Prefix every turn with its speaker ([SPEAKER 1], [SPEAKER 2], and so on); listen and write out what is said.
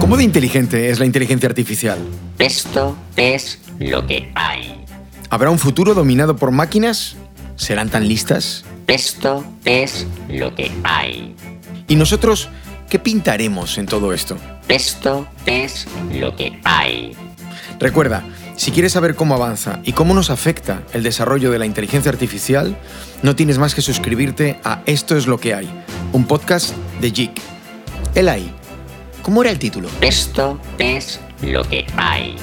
[SPEAKER 1] ¿Cómo de inteligente es la inteligencia artificial?
[SPEAKER 2] Esto es lo que hay.
[SPEAKER 1] ¿Habrá un futuro dominado por máquinas? ¿Serán tan listas?
[SPEAKER 2] Esto es lo que hay.
[SPEAKER 1] ¿Y nosotros qué pintaremos en todo esto?
[SPEAKER 2] Esto es lo que hay.
[SPEAKER 1] Recuerda, si quieres saber cómo avanza y cómo nos afecta el desarrollo de la inteligencia artificial, no tienes más que suscribirte a Esto es lo que hay, un podcast de JIC. El AI. ¿Cómo era el título?
[SPEAKER 2] Esto es lo que hay.